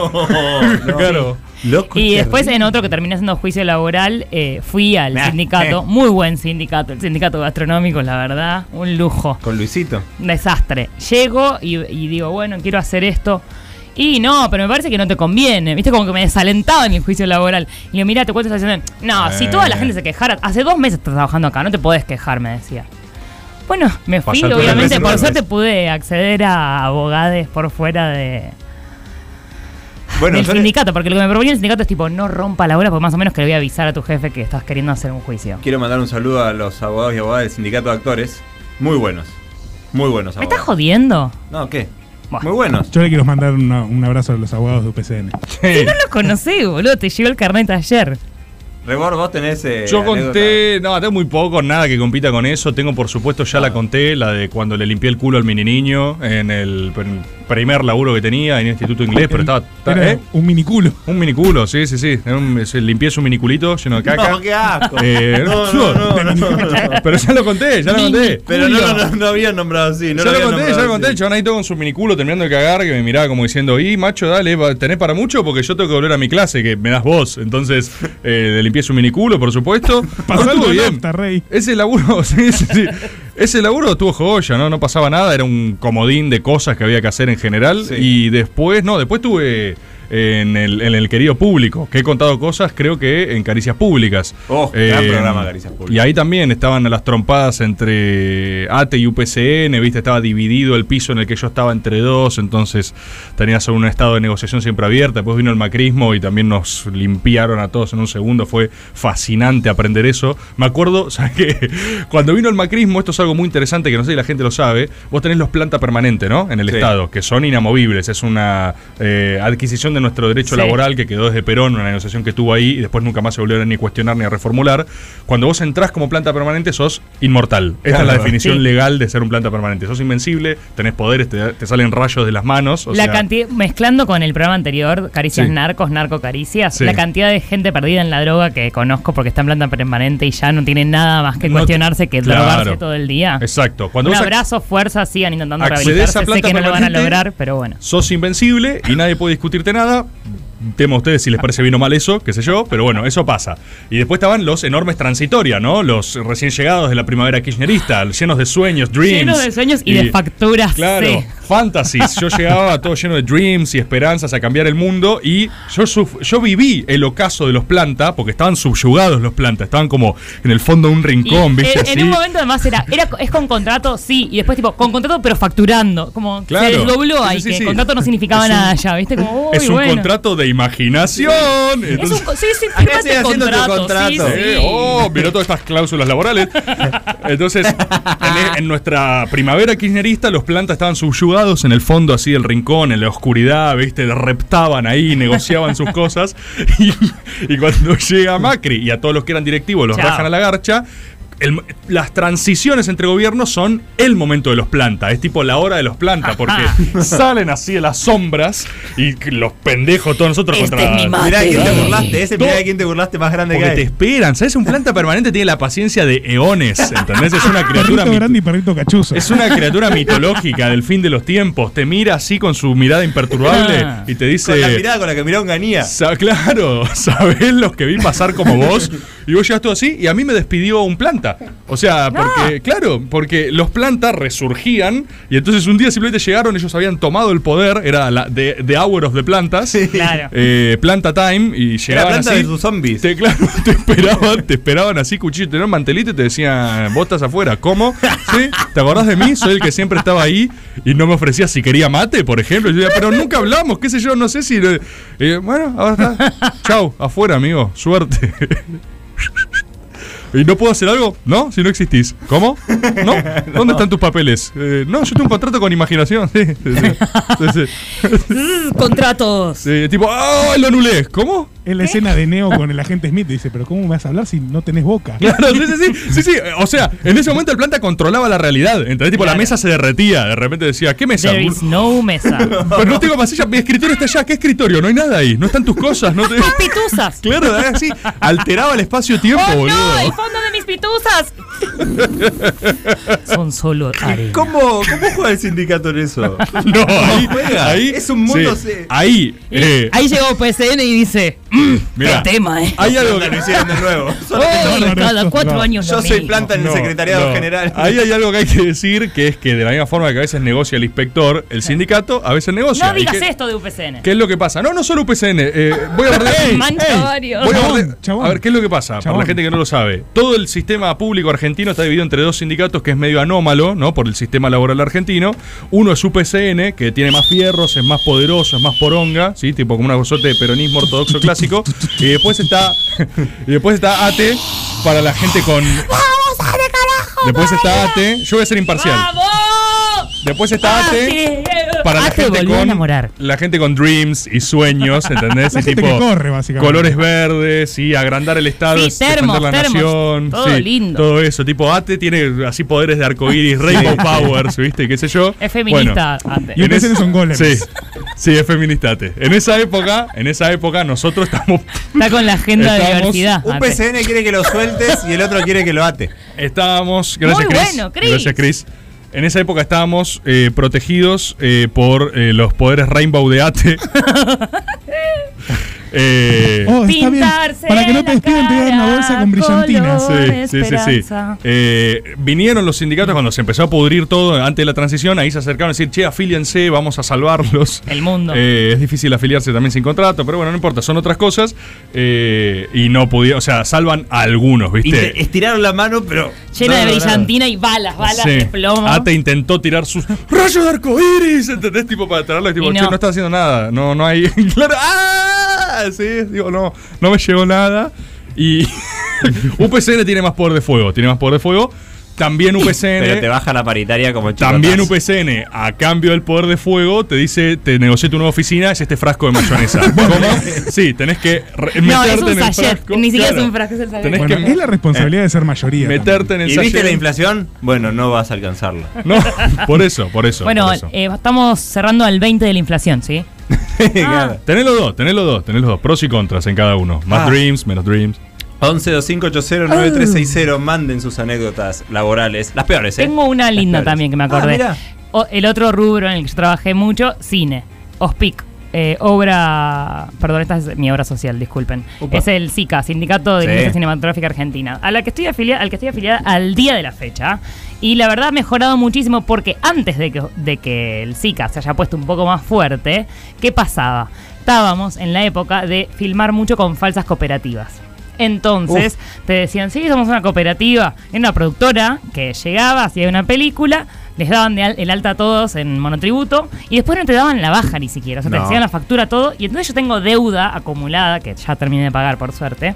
B: claro.
F: Loco,
I: Y
F: qué
I: después
F: rico.
I: en otro que terminé haciendo juicio laboral, eh, fui al
F: Nah,
I: sindicato,
F: eh.
I: muy buen sindicato, el sindicato gastronómico, la verdad, un lujo.
F: Con Luisito.
I: un desastre. Llego y, y digo, bueno, quiero hacer esto. Y no, pero me parece que no te conviene. Viste, como que me desalentaba en el juicio laboral. Y le mira, te cuento estás haciendo. No, si toda
F: Eh.
I: la gente se quejara. Hace dos meses estás trabajando acá, no te podés quejar, me decía. Bueno, me fui,
B: Pasar todo el
I: obviamente,
F: mes
I: por
F: nuevo.
I: suerte pude acceder a abogados por fuera de,
F: Bueno,
I: del
F: yo le-
I: sindicato, porque lo que me proponía el sindicato es tipo, no rompa la hora, porque más o menos que le voy a avisar a tu jefe que estás queriendo hacer un juicio.
F: quiero mandar un saludo a los abogados y abogadas del sindicato de actores. Muy buenos. Muy buenos
I: ¿Me estás
F: abogados.
I: jodiendo?
F: No, ¿qué?
I: Bueno.
F: Muy buenos.
J: Yo le quiero mandar una- un abrazo a los abogados de UPCN.
I: Si no los conocí, boludo, te llegó el carnet ayer.
F: Rebor, vos tenés. eh,
B: Yo
F: anécdota. Ah.
B: conté, no, tengo muy poco, nada que compita con eso. Tengo, por supuesto, ya la conté, la de cuando le limpié el culo al mini niño en el pr- primer laburo que tenía en el instituto inglés, pero estaba. ta-
J: Era
B: ¿eh?
J: un miniculo.
B: Un miniculo, sí, sí, sí. Era un- se- limpié su miniculito lleno de caca.
F: No, qué asco.
B: Eh,
F: no, no, no, no, no, no.
B: Pero ya lo conté, ya lo conté.
F: Pero no, no, no, no habían nombrado así. No
B: ya lo
F: habían
B: conté, ya
F: nombrado
B: lo conté. El
F: así.
B: chabón ahí todo con su miniculo terminando de cagar, que me miraba como diciendo, y macho, dale, va- tenés para mucho porque yo tengo que volver a mi clase, que me das vos. Entonces, eh, le limpié su miniculo, por supuesto.
J: Pasó
B: Fue algo
J: una
B: bien.
J: nafta, rey.
B: Ese laburo, sí, sí, sí. Ese laburo tuvo joya, ¿no? No pasaba nada, era un comodín de cosas que había que hacer en general.
F: Sí.
B: Y después, no, después tuve en el, en el querido público, que he contado cosas, creo que en Caricias Públicas. Eh,
F: Oh, gran programa, Caricias Públicas.
B: Y ahí también estaban las trompadas entre ATE y UPCN, ¿viste? Estaba dividido el piso en el que yo estaba entre dos, entonces tenías un estado de negociación siempre abierta. Después vino el macrismo y también nos limpiaron a todos en un segundo. Fue fascinante aprender eso. Me acuerdo, ¿sabes qué? Cuando vino el macrismo, esto es algo muy interesante que no sé si la gente lo sabe. Vos tenés los planta permanente, ¿no? En el
F: Sí.
B: Estado, que son inamovibles. Es una eh, adquisición de nuestro derecho
I: Sí.
B: laboral que quedó desde Perón, una negociación que tuvo ahí y después nunca más se volvió a ni cuestionar ni a reformular. Cuando vos entrás como planta permanente, sos inmortal. Esa es la definición
I: Sí.
B: legal de ser un planta permanente. Sos invencible, tenés poderes, te, te salen rayos de las manos. o
I: la
B: sea,
I: cantidad, mezclando con el programa anterior, Caricias
B: Sí.
I: Narcos, Narco Caricias,
B: Sí.
I: la cantidad de gente perdida en la droga que conozco porque está en planta permanente y ya no tiene nada más que
B: No te-
I: cuestionarse que
B: Claro.
I: drogarse todo el día.
B: Exacto. Cuando
I: Un
B: vos ac-
I: abrazo, fuerza, sigan intentando
B: Accedés a
I: rehabilitarse. Sé
B: planta
I: que no lo van a
B: permanente.
I: lograr, pero bueno.
B: sos invencible y nadie puede discutirte nada. Tema a ustedes si les parece bien o mal eso, qué sé yo, pero bueno, eso pasa. Y después estaban los enormes transitoria, ¿no? Los recién llegados de la primavera kirchnerista, llenos de sueños, dreams.
I: Llenos de sueños y de facturas,
B: Claro,
I: sí.
B: fantasies. Yo llegaba todo lleno de dreams y esperanzas a cambiar el mundo y yo, suf- yo viví el ocaso de los plantas, porque estaban subyugados los plantas, estaban como en el fondo de un rincón,
I: Y,
B: ¿viste?
I: eh, en un
B: Así.
I: momento además era, era es con contrato, sí, y después tipo, con contrato pero facturando. Como
B: Claro.
I: se desdobló
B: Sí,
I: ahí,
B: sí,
I: que
B: sí.
I: el contrato no significaba
B: Es un-
I: nada ya, ¿viste? Como, uy,
B: es un
I: bueno.
B: contrato de imaginación.
I: Es
B: Entonces-
I: un co- sí, sí,
F: Acá
I: firmaste
F: estoy haciendo tu
I: Sí,
F: contrato.
B: Eh,
I: sí.
B: oh, miró todas estas cláusulas laborales. Entonces, en, en nuestra primavera kirchnerista, los plantas estaban subyugados en el fondo, así del rincón, en la oscuridad, ¿viste? Reptaban ahí, negociaban sus cosas. Y, y cuando llega Macri y a todos los que eran directivos los
I: Chao.
B: rajan a la garcha. el- las transiciones entre gobiernos son el momento de los plantas, es tipo la hora de los plantas, porque salen así de las sombras y los pendejos todos nosotros
A: Este
B: contra
A: es mi mate.
F: Mirá de quién te burlaste, ese mirá
B: Todo-
F: de quién te burlaste más grande que
B: Ah, porque te
F: hay.
B: esperan, ¿sabes? Un planta permanente tiene la paciencia de eones, ¿entendés? Es una criatura,
J: Perrito
B: mit-
J: grande y perrito cachuzo.
B: es una criatura mitológica del fin de los tiempos. Te mira así con su mirada imperturbable
I: Ah.
B: y te
F: Con la
B: dice.
F: mirada con la que miró Onganía.
B: "Sa- Claro, sabés los que vi pasar como vos. Y vos llegas todo así y a mí me despidió un planta. O sea, porque, claro, porque los plantas resurgían y entonces un día simplemente llegaron, ellos habían tomado el poder, era la de, de Hour of the Plantas,
I: Claro.
B: eh, Planta Time, y
F: Era
B: llegaban
F: planta
B: así.
F: de sus zombies.
B: Te, claro, te esperaban, te esperaban así, cuchillo, tenían mantelito y te decían, vos estás afuera, ¿cómo? ¿Sí? ¿Te acordás de mí? Soy el que siempre estaba ahí y no me ofrecía si quería mate, por ejemplo. Yo decía, pero nunca hablamos, qué sé yo, no sé si... eh, eh, bueno, ahora está. Chau, afuera, amigo. Suerte. ¿Y no puedo hacer algo? No, si no existís. ¿Cómo? ¿No? ¿Dónde están tus papeles? Eh, no, yo tengo un contrato con imaginación. Sí, sí, sí. Sí, sí.
I: Mm, Contratos.
B: Sí, tipo, ¡ah! lo anulé. ¿Cómo?
J: Es la escena de Neo con el agente Smith. Dice, pero ¿cómo me vas a hablar si no tenés boca?
B: Claro, sí, sí, sí, sí, sí. O sea, en ese momento el planta controlaba la realidad. Entonces, tipo, la mesa se derretía. De repente decía, ¿qué mesa?
I: There is no mesa.
B: Pero no tengo masilla, mi escritorio está allá, ¿qué escritorio? No hay nada ahí, no están tus cosas, no te...
I: ¡Mis pituzas!
B: Claro, así, alteraba el espacio-tiempo,
I: ¡Oh
B: boludo.
I: no! ¡El fondo de mis pituzas! Son solo arena.
F: ¿Cómo, ¿Cómo juega el sindicato en eso?
B: No, ahí,
F: juega.
B: ahí.
F: Es un mundo
B: sí,
F: se-
B: Ahí, eh,
I: Ahí llegó PSN y dice: "Mm,
B: Mirá.
I: ¡Qué tema, eh!
B: hay algo que
F: Lo hicieron de nuevo.
I: Ey,
J: no, no,
I: cada
J: no,
I: cuatro
J: no.
I: años lo
F: Yo soy
I: mismo.
F: planta en
B: No,
F: el secretariado
B: no.
F: general.
B: Ahí hay algo que hay que decir, que es que de la misma forma que a veces negocia el inspector, el sindicato a veces negocia.
I: No
B: ¿Y
I: digas
B: qué-
I: esto de UPCN.
B: ¿Qué es lo que pasa? No, no solo UPCN. eh, voy a hablar de...
I: Mancha
B: Ey,
I: varios.
B: voy a
J: Chabón,
B: hablar de-
J: chabón.
B: A ver, ¿qué es lo que pasa? Para la
J: Chabón.
B: gente que no lo sabe. Todo el sistema público argentino está dividido entre dos sindicatos que es medio anómalo, ¿no? Por el sistema laboral argentino. Uno es UPCN, que tiene más fierros, es más poderoso, es más poronga, ¿sí? Tipo como un agosote de peronismo ortodoxo clásico. Y después está... y después está AT, para la gente con... Después está AT. Yo voy a ser imparcial.
I: ¡Vamos! Ah,
B: Después está
J: Ah,
B: ATE para la
I: Ate
B: gente
I: volvió Ah, a
B: con
I: enamorar.
B: la gente con dreams y sueños, ¿entendés?
J: La
B: Y
J: gente
B: tipo
J: que corre, básicamente.
B: colores verdes y agrandar el estado,
I: Sí,
B: es defender
I: termos,
B: la
I: termos,
B: nación,
I: todo
B: sí,
I: lindo.
B: todo eso, tipo ATE tiene así poderes de arcoíris, rainbow powers, ¿viste? qué sé yo.
I: Es feminista, Ate.
J: Y
B: en
J: entonces
B: es-
J: son golems.
B: Sí. Sí, es feminista ATE. En esa época, en esa época nosotros estamos
I: Está con la agenda de
B: Estamos-
I: diversidad.
F: Un
I: Ate.
F: PCN quiere que lo sueltes y el otro quiere que lo ate.
B: Estábamos. Gracias,
I: Muy
B: Chris.
I: bueno, Chris.
B: Gracias, Chris. En esa época estábamos eh, protegidos eh, por eh, los poderes Rainbow de Ate. Eh,
J: Oh, está bien.
I: Pintarse
J: Para que no te
I: la
J: despidan, te dan una
I: cara
J: bolsa con brillantinas.
I: color.
B: sí, sí, sí, sí.
I: Oh, esperanza.
B: Eh, vinieron los sindicatos cuando se empezó a pudrir todo antes de la transición. Ahí se acercaron a decir, che, afíliense, vamos a salvarlos.
I: El mundo.
B: Eh, es difícil afiliarse también sin contrato, pero bueno, no importa, son otras cosas. Eh, y no pudieron, o sea, salvan a algunos, ¿viste?
F: Inte- Estiraron la mano, pero.
I: Llena
F: No,
I: de
F: no, no.
I: brillantina y balas, balas
B: Sí.
I: de plomo.
B: Ate intentó tirar sus rayos de arcoíris, ¿entendés? Tipo para traerlo, y tipo,
I: Y
B: no.
I: no.
B: che, no está haciendo nada. No, no hay. claro. ¡Ah! Sí, digo, no, no me llegó nada. Y UPCN tiene más poder de fuego, tiene más poder de fuego. También
F: Pero te
B: UPCN.
F: baja la paritaria como chico.
B: También UPCN, a cambio del poder de fuego, te dice, te negocié tu nueva oficina, es este frasco de mayonesa. ¿Cómo? Sí, tenés que re-
I: no,
B: meterte
I: es un
B: en el
I: sachet.
B: frasco.
I: Ni siquiera es
B: Claro.
I: un frasco, es el sachet.
B: Tenés
J: Bueno,
B: que
J: es la responsabilidad de ser mayoría.
B: meterte en el
F: ¿Y
B: sachet.
F: viste la inflación? Bueno, no vas a alcanzarla.
B: No, por eso, por eso.
I: Bueno,
B: por eso.
I: eh, estamos cerrando al 20 de la inflación, ¿sí?
F: Claro.
B: Tenés los dos, tenés los dos, tenés los dos. Pros y contras en cada uno. Más
F: Ah.
B: dreams, menos dreams.
F: 1125809360, manden sus anécdotas laborales. Las peores, ¿eh?
I: Tengo una linda
F: peores.
I: también que me
F: Ah,
I: acordé.
F: mirá.
I: O- el otro rubro en el que yo trabajé mucho, cine. OSPIC. eh, obra. Perdón, esta es mi obra social, disculpen.
F: Upa.
I: Es el SICA, Sindicato de
F: Sí.
I: Industria Cinematográfica Argentina, a la que estoy afiliada, al que estoy afiliada al día de la fecha. Y la verdad ha mejorado muchísimo porque antes de que, de que el SICA se haya puesto un poco más fuerte, ¿qué pasaba? Estábamos en la época de filmar mucho con falsas cooperativas. Entonces, te decían, sí, somos una cooperativa, era una productora que llegaba, hacía una película, les daban de al- el alta a todos en monotributo y después no te daban la baja ni siquiera, o sea, te
F: No.
I: hacían la factura todo y entonces yo tengo deuda acumulada, que ya terminé de pagar por suerte,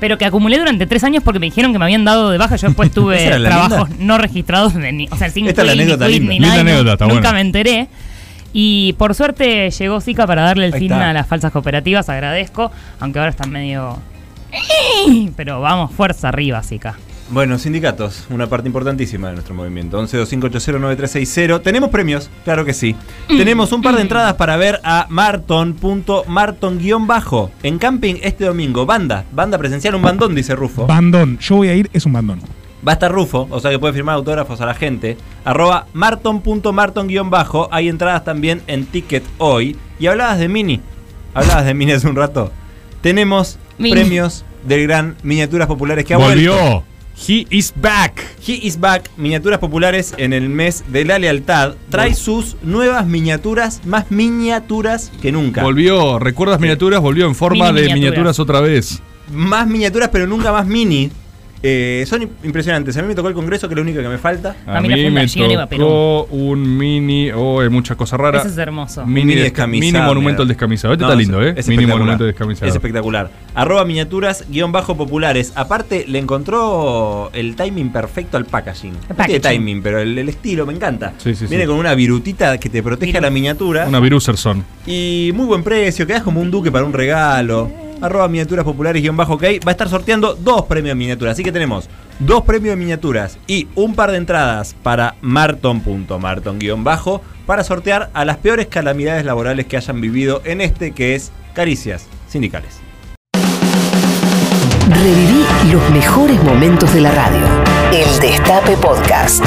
I: pero que acumulé durante tres años porque me dijeron que me habían dado de baja, yo después tuve
F: ¿Esa era la
I: trabajos no registrados, de ni- o sea, sin
F: Esta es la
I: quit, ni
F: anécdota
I: quit,
F: linda.
I: ni
B: Linda
I: nada, y no-
B: anécdota, está
I: nunca
B: buena.
I: me enteré. Y por suerte llegó Zika para darle el
F: Ahí
I: fin
F: está.
I: a las falsas cooperativas, agradezco, aunque ahora están medio... Pero vamos, fuerza arriba, Zika.
F: Bueno, sindicatos, una parte importantísima de nuestro movimiento. 1125809360. Tenemos premios, claro que sí. Tenemos un par de entradas para ver a Marton.marton-bajo en camping este domingo. Banda, banda presencial, un bandón, dice Rufo.
J: Bandón. Yo voy a ir, es un bandón.
F: Va a estar Rufo, o sea que puede firmar autógrafos a la gente. Arroba marton.marton-bajo. Hay entradas también en Ticket hoy. Y hablabas de Mini. Hablabas de Mini hace un rato. Tenemos
I: Mini.
F: premios del gran Miniaturas Populares que ha vuelto.
B: Volvió. He is back.
F: He is back, miniaturas populares en el mes de la lealtad. Trae sus nuevas miniaturas, más miniaturas que nunca.
B: Volvió. ¿Recuerdas miniaturas? Volvió en forma
I: Mini
B: de miniaturas
I: miniaturas
B: otra vez.
F: más miniaturas, pero nunca más mini. eh, son im- impresionantes. A mí me tocó el Congreso, que es lo único que me falta.
B: A,
I: A mí
B: mí,
I: la
B: me
I: Fundación Eva
B: tocó un mini. Oh, hay muchas cosas raras.
I: Ese es hermoso.
B: Mini,
F: Mini
B: desca-
F: descamisado,
B: mini monumento
F: mira.
B: al descamisado. Este
F: No,
B: está lindo, ¿eh?
F: es
B: mini
F: espectacular.
B: monumento al descamisado.
F: Es espectacular. Arroba miniaturas guión bajo populares. Aparte, le encontró el timing perfecto al packaging. No tiene
I: packaging.
F: timing, pero el, el estilo me encanta.
B: Sí, sí,
F: Viene
B: sí.
F: con una virutita que te protege a la miniatura.
B: Una viruserson.
F: Y muy buen precio, quedás como un duque para un regalo. Arroba miniaturas populares guión bajo ok. Va a estar sorteando dos premios de miniatura. Así que tenemos dos premios de miniaturas y un par de entradas para marton.marton guión bajo para sortear a las peores calamidades laborales que hayan vivido en este que es caricias sindicales.
A: Reviví los mejores momentos de la radio. El Destape Podcast.